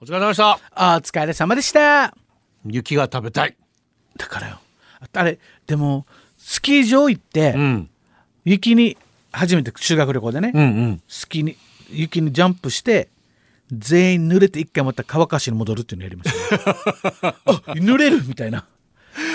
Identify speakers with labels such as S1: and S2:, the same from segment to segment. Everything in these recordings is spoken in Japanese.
S1: お疲れ様でした
S2: お疲れ様でした
S1: 雪が食べたい
S2: だからよあれでもスキー場行って、
S1: うん
S2: 雪に初めて修学旅行でね、
S1: うんうん
S2: スキーに雪にジャンプして全員濡れて一回また乾かしに戻るっていうのやり ました、あ濡れるみたいな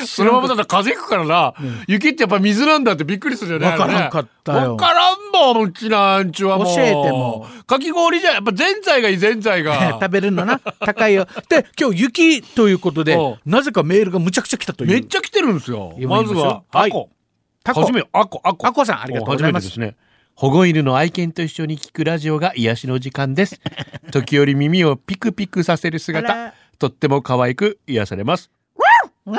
S1: そのままだったら風邪ひくからな、雪ってやっぱ水なんだってびっくりするよね
S2: わからん
S1: あれね
S2: かったよ
S1: わからんもんうちなんちはもう
S2: 教えても
S1: かき氷じゃやっぱぜんざいがいいぜんざ いが
S2: 食べるのな高いよで今日雪ということで
S1: おう
S2: なぜかメールがむちゃくちゃ来たという
S1: めっちゃ来てるんですよ
S2: 今
S1: ま
S2: 言
S1: ず
S2: いましょう
S1: は
S2: は
S1: あ
S2: い
S1: こ
S2: タコ
S1: 初めてあこあこ
S2: あこさんありがとうございます
S1: お初めてですね保護犬の愛犬と一緒に聞くラジオが癒しの時間 です時折耳をピクピクさせる
S2: あ
S1: 姿
S2: ら
S1: とっても可愛く癒されますま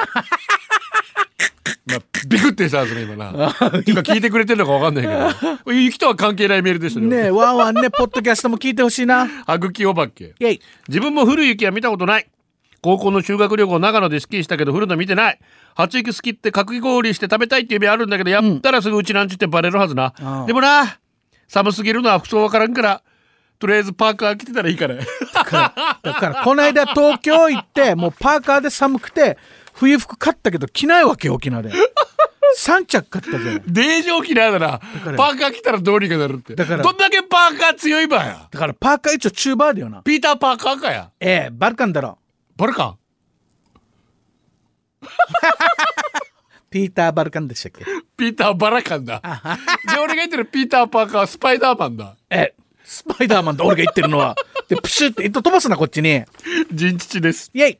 S1: あ、ビクってしたんですね今 な。っていうか聞いてくれてるのかわかんないけど雪とは関係ないメールでしたね
S2: ねえワンワンねポッドキャストも聞いてほしいな
S1: あぐきおばけ
S2: イェイ
S1: 自分も降る雪は見たことない高校の修学旅行長野でスキーしたけど降るの見てない初雪好きってかき氷して食べたいって夢あるんだけどやったらすぐうちなんちってバレるはずな、
S2: うん
S1: でもな寒すぎるのは服装わからんからとりあえずパーカー着てたらいいからね
S2: だからこの間東京行ってもうパーカーで寒くて冬服買ったけど着ないわけよ沖 縄で3着買ったぜ
S1: デージ沖縄だな
S2: から
S1: パーカー着たらどうにかなるって
S2: だから
S1: どんだけパーカー強いばや
S2: だからパーカー一応チューバーだよな
S1: ピーターパーカーかや
S2: ええバルカンだろ
S1: バレか
S2: ピーター・バルカンでしたっけ
S1: ピーターバラカンだで俺が言ってるピーターパーカーはスパイダーマンだ
S2: ええスパイダーマンだ俺が言ってるのはでプシュって糸飛ばすなこっちにイ
S1: 人父です
S2: ェイ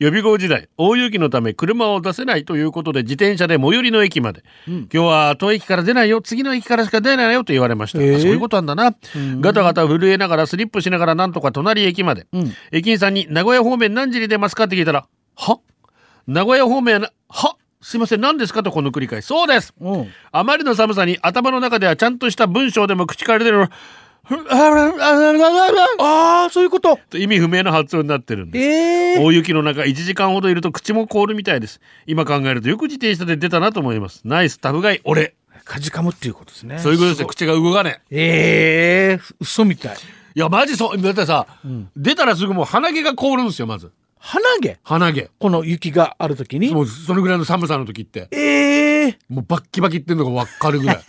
S1: 予備校時代大雪のため車を出せないということで自転車で最寄りの駅まで、今日は遠い駅から出ないよ次の駅からしか出ないよと言われました、
S2: へえ
S1: あそういうことなんだな、ガタガタ震えながらスリップしながらなんとか隣駅まで、駅員さんに「名古屋方面何時に出ますか?」って聞いたら「は名古屋方面はなはすいません何ですか?」とこの繰り返しそうです
S2: うん
S1: あまりの寒さに頭の中ではちゃんとした文章でも口から出る
S2: ああそういうこと
S1: と意味不明な発音になってるんです
S2: ええ
S1: 大雪の中1時間ほどいると口も凍るみたいです今考えるとよく自転車で出たなと思いますナイスタフガイ俺
S2: かじかむっていうことですね
S1: そういうことですよ口が動かねえ
S2: ええ嘘みたい
S1: いやマジそうだってさ、出たらすぐもう鼻毛が凍るんですよまず
S2: 鼻毛
S1: 鼻毛
S2: この雪があるときに
S1: もうそのぐらいの寒さの時って
S2: ええ
S1: もうバッキバキってんのが分かる ぐらい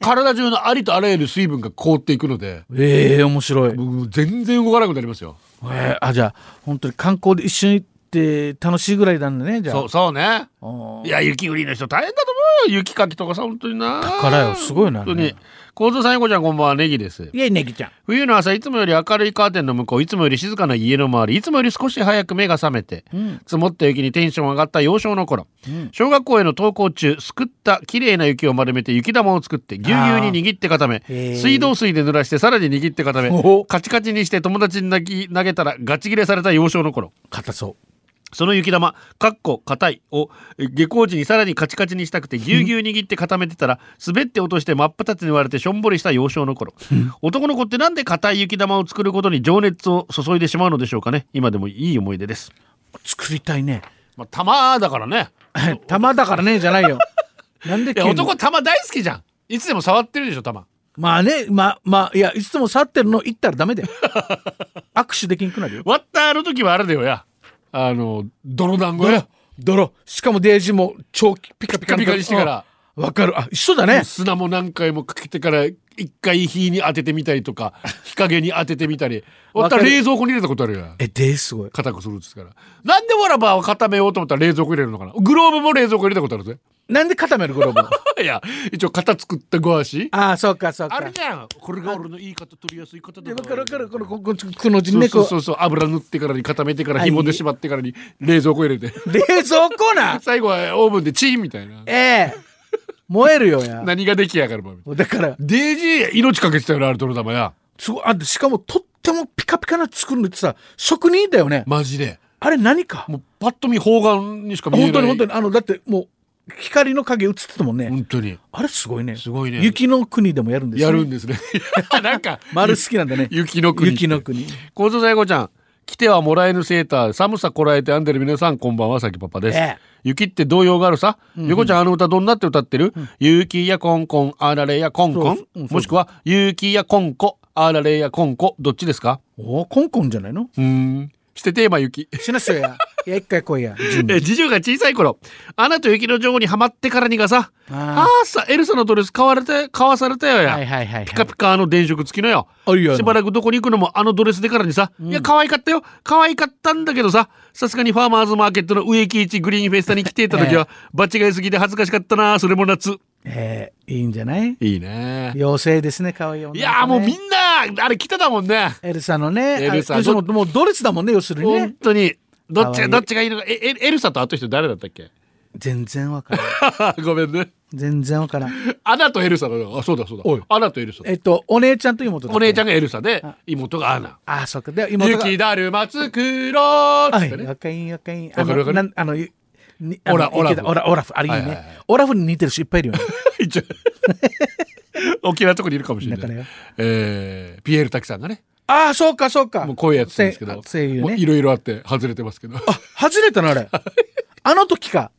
S1: 体中のありとあらゆる水分が凍っていくので
S2: ええ面白い
S1: もう全然動かなくなりますよ
S2: えーあじゃあ本当に観光で一緒に行って楽しいぐらいなんだねじゃあ
S1: そうそうね
S2: あー
S1: いや雪売りの人大変だと思うよ雪かきとかさ本当になだ
S2: からよすごいな
S1: 本当に幸三さん横ちゃんこんばんはネギです
S2: いやネギちゃん
S1: 冬の朝いつもより明るいカーテンの向こういつもより静かな家の周りいつもより少し早く目が覚めて、積もった雪にテンション上がった幼少の頃、小学校への登校中すくった綺麗な雪を丸めて雪玉を作ってぎゅうぎゅうに握って固め
S2: ーへー
S1: 水道水で濡らしてさらに握って固め
S2: お
S1: カチカチにして友達に投げ投げたらガチ切れされた幼少の頃
S2: 硬そ
S1: その雪玉、かっこ硬いをえ下校時にさらにカチカチにしたくてぎゅうぎゅう握って固めてたら滑って落として真っ二つに割れてしょんぼりした幼少の頃男の子ってなんで硬い雪玉を作ることに情熱を注いでしまうのでしょうかね今でもいい思い出です、
S2: う作りたいね
S1: まあ、玉だからね
S2: 玉だからねじゃないよなんで
S1: い
S2: 急
S1: や
S2: に
S1: 男玉大好きじゃんいつでも触ってるでしょ玉
S2: まあねまあまあいやいつも触ってるの言ったらダメ だよ握手できんくなるよ
S1: 割ったあの時はあれだよやあの泥団子や
S2: 泥泥しかもデージも超ピカピカ
S1: ピカピカにしてから
S2: うんわかるあ一緒だね
S1: 砂も何回もかけてから一回火に当ててみたりと か日陰に当ててみたりおったら
S2: わかる
S1: 冷蔵庫に入れたことあるやん
S2: えデーすごい
S1: 固くするんですからなんでわらばを固めようと思ったら冷蔵庫入れるのかなグローブも冷蔵庫入れたことあるぜ
S2: なんで固めるグローブを
S1: いや一応型作ったご足
S2: ああそうかそうか
S1: あるじゃんこれが俺のいい方取りやすい方
S2: で
S1: だ
S2: わ
S1: わ
S2: かるわかるこのこここの字
S1: そう
S2: ね
S1: そう
S2: こ
S1: そうそう油塗ってからに固めてから紐で縛ってからに冷蔵庫入れて
S2: う冷蔵庫な
S1: 最後はオーブンでチンみたいな
S2: ええ燃えるよや。
S1: 何が出来上がるばみたいな
S2: だから、
S1: デージ命かけてたよなあれ泥玉や
S2: すごい、あ、でしかもとってもピカピカな作るのってさ、職人だよね。
S1: マジで
S2: あれ何か。
S1: もうパッと見方眼にしか見えない
S2: 本当に本当に、あの、だってもう、光の影映ってたもんね。
S1: 本当に
S2: あれすごいね。
S1: すごいね
S2: 雪の国でもやるんです
S1: や
S2: よ、
S1: るんですね なんか
S2: 丸好きなんだね。
S1: 雪の国
S2: 雪の国。
S1: 小僧最後ちゃん来てはもらえぬセーター寒さこらえて編んでる皆さんこんばんはさきパパです、
S2: ええ
S1: 雪って動揺があるさ、横ちゃんあの歌どんなって歌ってる、雪やコンコンあられやコンコン
S2: そううんそう
S1: もしくは雪やコンコあられやこんこどっちですか
S2: おーコンコンじゃないの
S1: うーんしてテーマ雪
S2: しなすよ や。いや、一回来いや。
S1: え次女が小さい頃アナと雪の女王にハマってからにがさあ
S2: あ
S1: ーさエルサのドレス買われて買わされたよ
S2: あ
S1: や、
S2: はいはいはいはい。
S1: ピカピカの電飾付きのよ
S2: あいや
S1: しばらくどこに行くのもあのドレスでからにさ、いや可愛かったよ可愛かったんだけどささすがにファーマーズマーケットの植木市グリーンフェスタに来ていた時は、場違いすぎて恥ずかしかったなそれも夏
S2: えー、いいんじゃない
S1: いいね
S2: 妖精ですね、可愛い女の子
S1: い
S2: ね
S1: やーもうみんなあれ来てたもんね
S2: エルサのね、
S1: エルサ
S2: あそのもうドレスだもんね、要するに
S1: 本
S2: ね。
S1: 当にどっち
S2: 可愛
S1: が
S2: い
S1: どっちがいいのかえエルエルサとあと人誰だったっ け
S2: 全然わからん。
S1: ごめんね
S2: 全然わからん。
S1: アナとエルサだよあそうだそう
S2: おい
S1: だアナとエルサ
S2: えっと、お姉ちゃんと妹だ
S1: お姉ちゃん
S2: ん。
S1: がエルサで妹がアナ
S2: ああ、そっか。で、
S1: 「
S2: 妹が。
S1: 雪だるま作ろう」っ
S2: は
S1: つっ
S2: い、
S1: てね
S2: 若いん若いん。
S1: わかるわかる
S2: なんあの、ゆにあの
S1: オラオラフ
S2: 池田オラオラフ、あれいいね、
S1: はいはいはい
S2: オラフに似てる人いっぱいい るよね。
S1: 一応沖縄のとこにいるかもしれな
S2: だから
S1: い
S2: よ。
S1: えーピエール滝さんがね、
S2: ああ、そうか、そうか。
S1: もうこういうやつなんですけど
S2: せ声優、
S1: もうい
S2: ね。
S1: ろいろあって外れてますけど、 あ
S2: 外れたの あれ。あの時か。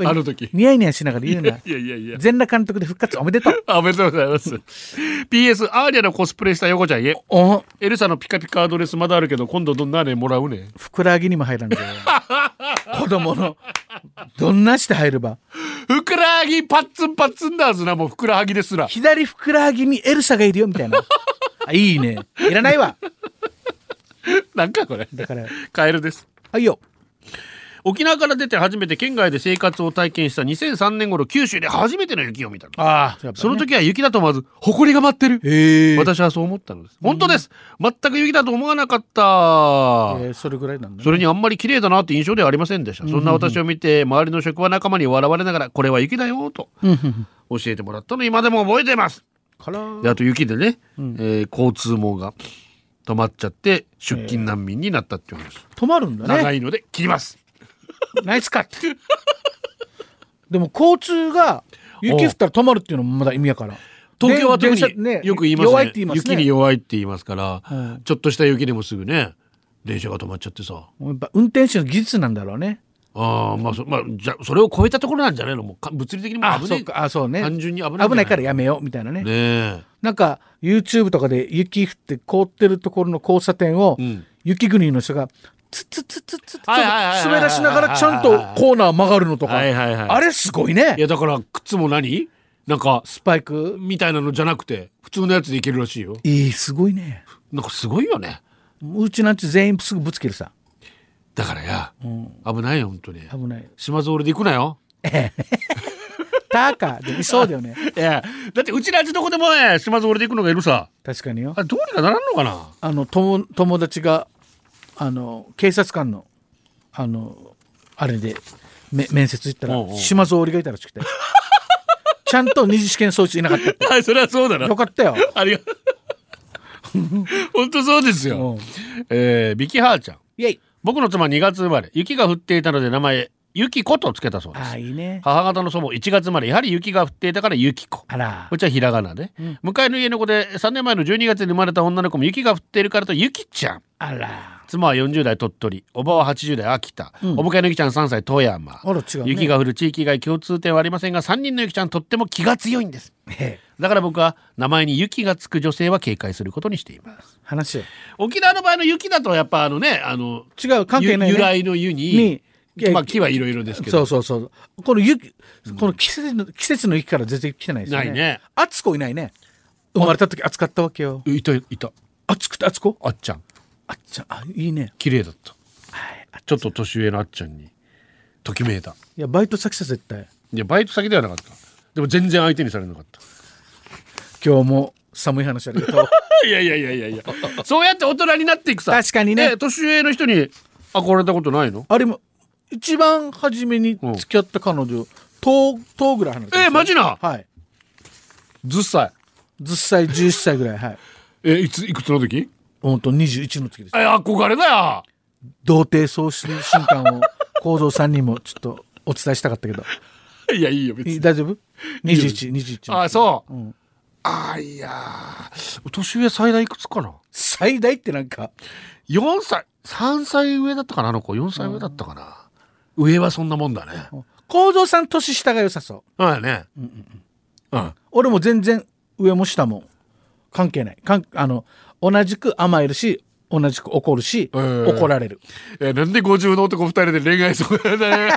S1: の時。
S2: ニヤニヤしながら言うな。
S1: いやいやいや。
S2: 全裸監督で復活おめ でとう。
S1: あおめでとうございます。PS、アーリアのコスプレしたヨコちゃんへ。
S2: お
S1: エルサのピカピカアドレスまだあるけど、今度どんなねもらうね。
S2: ふくらはぎにも入ら んぞ。子供の。どんなして入れば。
S1: ふくらはぎパッツンパッツンだはずな、もうふくらはぎですら。
S2: 左ふくらはぎにエルサがいるよ、みたいな。あいいね。いらないわ。
S1: なんかこれ。
S2: だから、
S1: カエルです。
S2: はいよ。
S1: 沖縄から出て初めて県外で生活を体験した2003年頃、九州で初めての雪を見たの。
S2: ああ、
S1: その時は雪だと思わず、埃が舞ってる。
S2: ええ
S1: 私はそう思ったのです本当です全く雪だと思わなかった
S2: えーそれぐらいなんだね。
S1: それにあんまり綺麗だなって印象ではありませんでしたそんな私を見て周りの職場仲間に笑われながらこれは雪だよと教えてもらったの今でも覚えています
S2: から
S1: であと雪でね、えー交通網が止まっちゃって出勤難民になったっていう話、
S2: 止まるんだ
S1: 長
S2: ね。
S1: いので切ります
S2: ナイスカット。でも交通が雪降ったら止まるっていうのもまだ意味やから。
S1: 東京は特に
S2: 電車ね
S1: よく言いますね
S2: 弱いって言いますね
S1: 雪に弱いって言いますから、
S2: うん
S1: ちょっとした雪でもすぐね電車が止まっちゃってさ
S2: やっぱ運転手の技術なんだろうね。
S1: あー、まあそまあじゃそれを超えたところなんじゃないのもうか物理的にも
S2: あ、
S1: う危
S2: そ
S1: な
S2: う
S1: い
S2: か。あ、そうね。
S1: 単純に危ないんじゃない
S2: 危ないからやめようみたいなね。
S1: ねえ
S2: なんか YouTube とかで雪降って凍ってるところの交差点を、
S1: ん
S2: 雪国の人がツツツツツツ
S1: はいはいはいはい
S2: 滑らしながらちゃんとコーナー曲がるのとか、
S1: はいはいはい
S2: あれすごいね
S1: いやだから靴も何なんか
S2: スパイク
S1: みたいなのじゃなくて普通のやつでいけるらしいよ
S2: えー、すごいね
S1: なんかすごいよね
S2: うちなんち全員すぐぶつけるさ
S1: だからや、危ないよ本当に
S2: 危ない
S1: 島津俺で行くなよ
S2: ターカーでいそうだよね
S1: ええだってうちらちどこでもね島津俺で行くのがいるさ
S2: 確かによ
S1: あれどうにかならんのか な
S2: あのとも友達があの警察官のあのあれでめ面接行ったら
S1: おうおう
S2: 島蔵織がいたらしくてちゃんと二次試験装置いなかったって
S1: はいそれはそうだな
S2: よかったよ
S1: ありが 本当そうですよ、
S2: うん
S1: えービキハーちゃん
S2: イエイ
S1: 僕の妻2月生まれ雪が降っていたので名前雪子とつけたそうです
S2: ああいいね
S1: 母方の祖母1月生まれやはり雪が降っていたから雪子
S2: あら
S1: こっちはひらがなで、向かいの家の子で3年前の12月に生まれた女の子も雪が降っているからとゆきちゃん
S2: あら
S1: 妻は40代鳥取おばは80代秋田、お迎えのゆきちゃん3歳富山
S2: あら違う、ね、
S1: 雪が降る地域以外共通点はありませんが3人のゆきちゃんとっても気が強いんです
S2: へえ
S1: だから僕は名前に雪がつく女性は警戒することにしています
S2: 話よ
S1: 沖縄の場合の雪だとやっぱあのねあの
S2: 違う関係ない、
S1: ゆ
S2: ね、
S1: 由来の湯に
S2: に
S1: まあ、木はいろいろですけ
S2: そ
S1: ど
S2: うそうそうこの雪この季節の季節の雪から全然来てないですよね
S1: ないね
S2: 暑子いないね生まれた時暑かったわけよ
S1: いたいた
S2: 暑くて暑子
S1: あっちゃん
S2: あっちゃんあいいね
S1: 綺麗だった
S2: はいあ
S1: ちょっと年上のあっちゃんにときめいた
S2: いやバイト先さ絶対
S1: いやバイト先ではなかったでも全然相手にされなかった
S2: 今日も寒い話ありがとう
S1: いやいやいやいやいやそうやって大人になっていくさ
S2: 確かにね
S1: 年上の人に憧れたことないの
S2: あれも一番初めに付き合った彼女10ぐらい離れてます
S1: えーマジな
S2: はい
S1: 10歳
S2: 10歳11歳ぐらいはい
S1: えいついくつの時
S2: 本当21の時です
S1: え憧れだよ
S2: 童貞喪失瞬間を幸三さんにもちょっとお伝えしたかったけど
S1: いやいいよ別
S2: い
S1: に
S2: 大丈夫 ?2121
S1: あそう、あいやー年上最大いくつかな
S2: 最大ってなんか
S1: 4歳3歳上だったかなあの子4歳上だったかな、上はそんなもんだね
S2: 幸三さん年下が良さそう
S1: そうだねうん、
S2: 俺も全然上も下も関係ないかんあの同じく甘えるし同じく怒るし、
S1: うん
S2: 怒られる
S1: えなんで50の男2人で恋愛そうや ね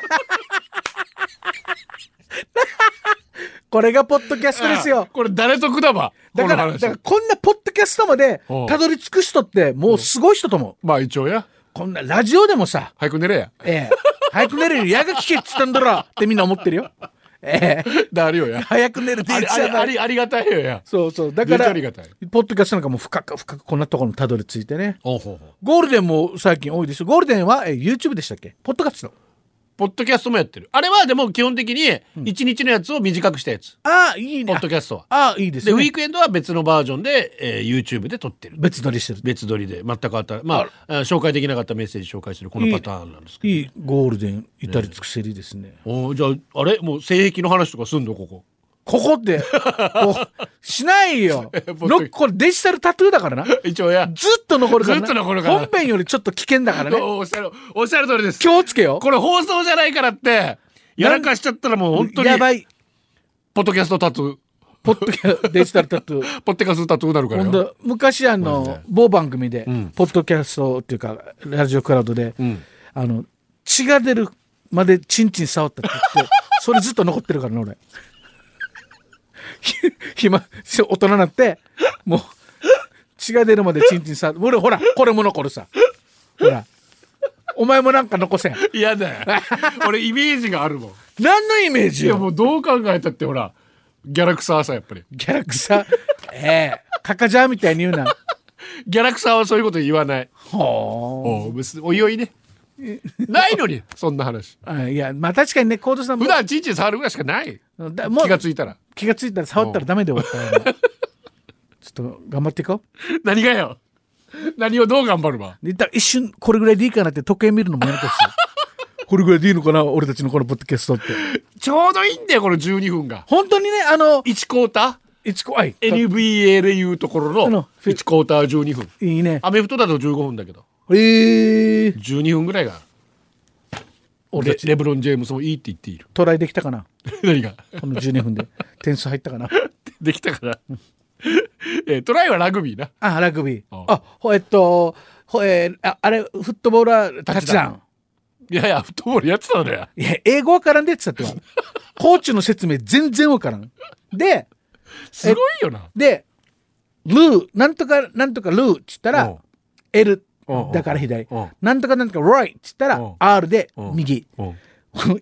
S2: これがポッドキャストですよ
S1: これ誰得だわ
S2: だから
S1: この話
S2: だからこんなポッドキャストまで
S1: うん
S2: たどり着く人ってもうすごい人と思う、
S1: まあ一応や
S2: こんなラジオでもさ
S1: 早く寝れや
S2: 「ええ早く寝れる矢が聞け」っつったんだろってみんな思ってるよ。ええ
S1: だあるよや
S2: 早く寝る
S1: あ
S2: 電
S1: り
S2: 車
S1: あ
S2: だ
S1: りありがたいよや
S2: そうそうだか
S1: めっちゃ
S2: ら
S1: ありがたい
S2: ポッドキャストなんかも深く深くこんなところにたどり着いてね
S1: おうほうほう
S2: ゴールデンも最近多いですよゴールデンは、えー YouTube でしたっけポッドキャスト
S1: ポッドキャストもやってるあれはでも基本的に1日のやつを短くしたやつ、
S2: ああいいね
S1: ポッドキャストは
S2: ああいいです
S1: で、
S2: ね
S1: ウィークエンドは別のバージョンで、えー YouTube で撮ってる
S2: 別撮りしてる
S1: 別撮りで全くあったまああ紹介できなかったメッセージ紹介するこのパターンなんですけど
S2: いいゴールデン至り尽くせりですね
S1: おーじゃああれもう性癖の話とかすんのここ
S2: ここってこうしないよ
S1: 僕
S2: のこれデジタルタトゥーだからな ず
S1: 一応や
S2: っと残るからな
S1: ずっと残るから
S2: 本編よりちょっと危険だからね
S1: おおっしゃるおっしゃる通りです
S2: 気をつけよ
S1: これ放送じゃないからってやらかしちゃったらもう本当に
S2: やばい
S1: ポッドキャストタトゥー
S2: ポッドキャデジタル タトゥー
S1: ポッドキャストタトゥーなるから
S2: ほん
S1: よ
S2: と昔あの某番組で、ポッドキャストっていうかラジオクラウドで、あの血が出るまでチンチン触ったって言 ってそれずっと残ってるからね俺 ひ暇し大人になってもう血が出るまでチンチン触って俺ほらこれも残るさほらお前もなんか残せん
S1: 嫌だよ 俺イメージがあるもん
S2: 何のイメー
S1: い
S2: ジ
S1: や
S2: よ
S1: もうどう考えたってほらギャラクサーさやっぱり
S2: ギャラクサええカカジャーみたいに言うな
S1: ギャラクサーはそういうこと言わない
S2: ほ
S1: おうおいおいねないのにそんな話
S2: うあいやまあ確かにねコードさんも
S1: 普段チンチン触るぐらいしかない
S2: だもう
S1: 気がついたら
S2: 気がついたら触ったらダメで終わったからちょっと頑張っていこ
S1: 何がよ何をどう頑張るわ
S2: うでだから一瞬これぐらいでいいかなって時計見るのもやめたし これぐらいでいいのかな俺たちのこのポッドキャストって
S1: ちょうどいいんだよこの12分が
S2: 本当にねあの
S1: 1クォータ
S2: 一怖い
S1: ー NBA でいうところの
S2: あのフィ
S1: 1クォーター12分
S2: いいね
S1: アメフトだと15分だけど
S2: えー、
S1: 12分ぐらいが
S2: 俺
S1: レ
S2: たち
S1: レブロン・ジェームスもいいって言っている
S2: トライできたかな
S1: 何が
S2: この12分で 点数入ったかな
S1: できたから、 えートライはラグビーな
S2: あラグビー
S1: あ
S2: あほえっとほえーああれフットボールはタッチダウン
S1: いやいやフットボールやってたのや
S2: いや英語わからんでって言って たってわコーチの説明全然わからんです
S1: ごいよな
S2: で、ルー、なんとか、なんとかルーって言った
S1: う
S2: ら
S1: ん、
S2: L
S1: うん
S2: だから左
S1: うん。
S2: なんとかなんとか right って言った
S1: うん
S2: ら、R で
S1: うん
S2: 右。
S1: うん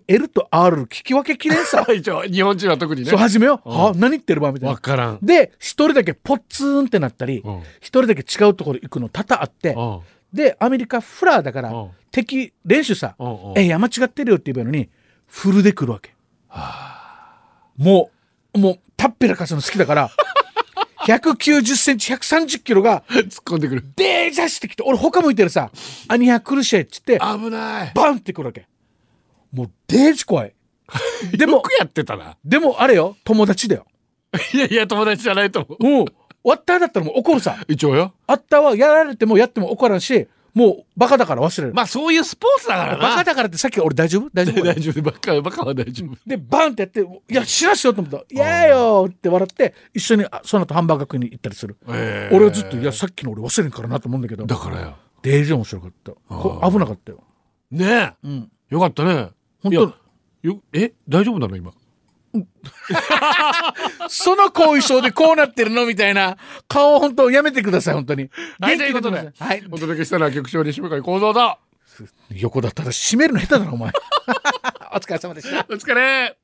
S2: L と R 聞き分けきれ んさ。
S1: 一応日本人は特にね
S2: そう、始めよう。は何言ってるばみたい
S1: わ
S2: な。
S1: からん
S2: で、一人だけポッツンってなったり
S1: うん、
S2: 一人だけ違うところ行くの多々あって
S1: う、ん
S2: で、アメリカフラーだか
S1: うん
S2: ら、敵、練習さ
S1: うんうん、
S2: え、いや間違ってるよって言えばいいのに、フルで来るわけ。もう、もう、たっぺらかすの好き だから、190センチ、130キロが、
S1: 突っ込んでくる
S2: でーじゃしてきて、俺他向いてるさ、アニヤクルシェっつって、
S1: 危ない
S2: バンってくるわけ。もうデージ怖い。で
S1: よ
S2: も、
S1: くやってたな
S2: でもあれよ、友達だよ。
S1: いやいや友達じゃないと思う
S2: うん。終わっただったらもう怒るさ。
S1: 一応よ
S2: あったはやられてもやっても怒らんし、もうバカだから忘れる。
S1: まあそういうスポーツだからな
S2: バカだからってさっき俺大丈夫大丈 夫
S1: 大丈夫バカバカは大丈夫
S2: で、バンってやって、いや、知らしようと思った。いやよーって笑って、一緒にあその後ハンバーガー食いに行ったりする。
S1: へー
S2: 俺はずっと、いや、さっきの俺忘れんからなと思うんだけど、
S1: だからよ
S2: デージ面白かった。こ危なかったよ。
S1: ねえ、
S2: ん
S1: よかったね
S2: 本当
S1: いやよえ大丈夫なの今
S2: その後遺症で こうなってるのみたいな顔を本当やめてください、本当に。
S1: はいとい
S2: 元
S1: う
S2: 気
S1: こ
S2: 出
S1: とで、
S2: てくださいはい。
S1: お届けしたのは局長西向井幸三だ
S2: 横だったら締めるの下手だな、お前。お疲れ様でした。
S1: お疲れ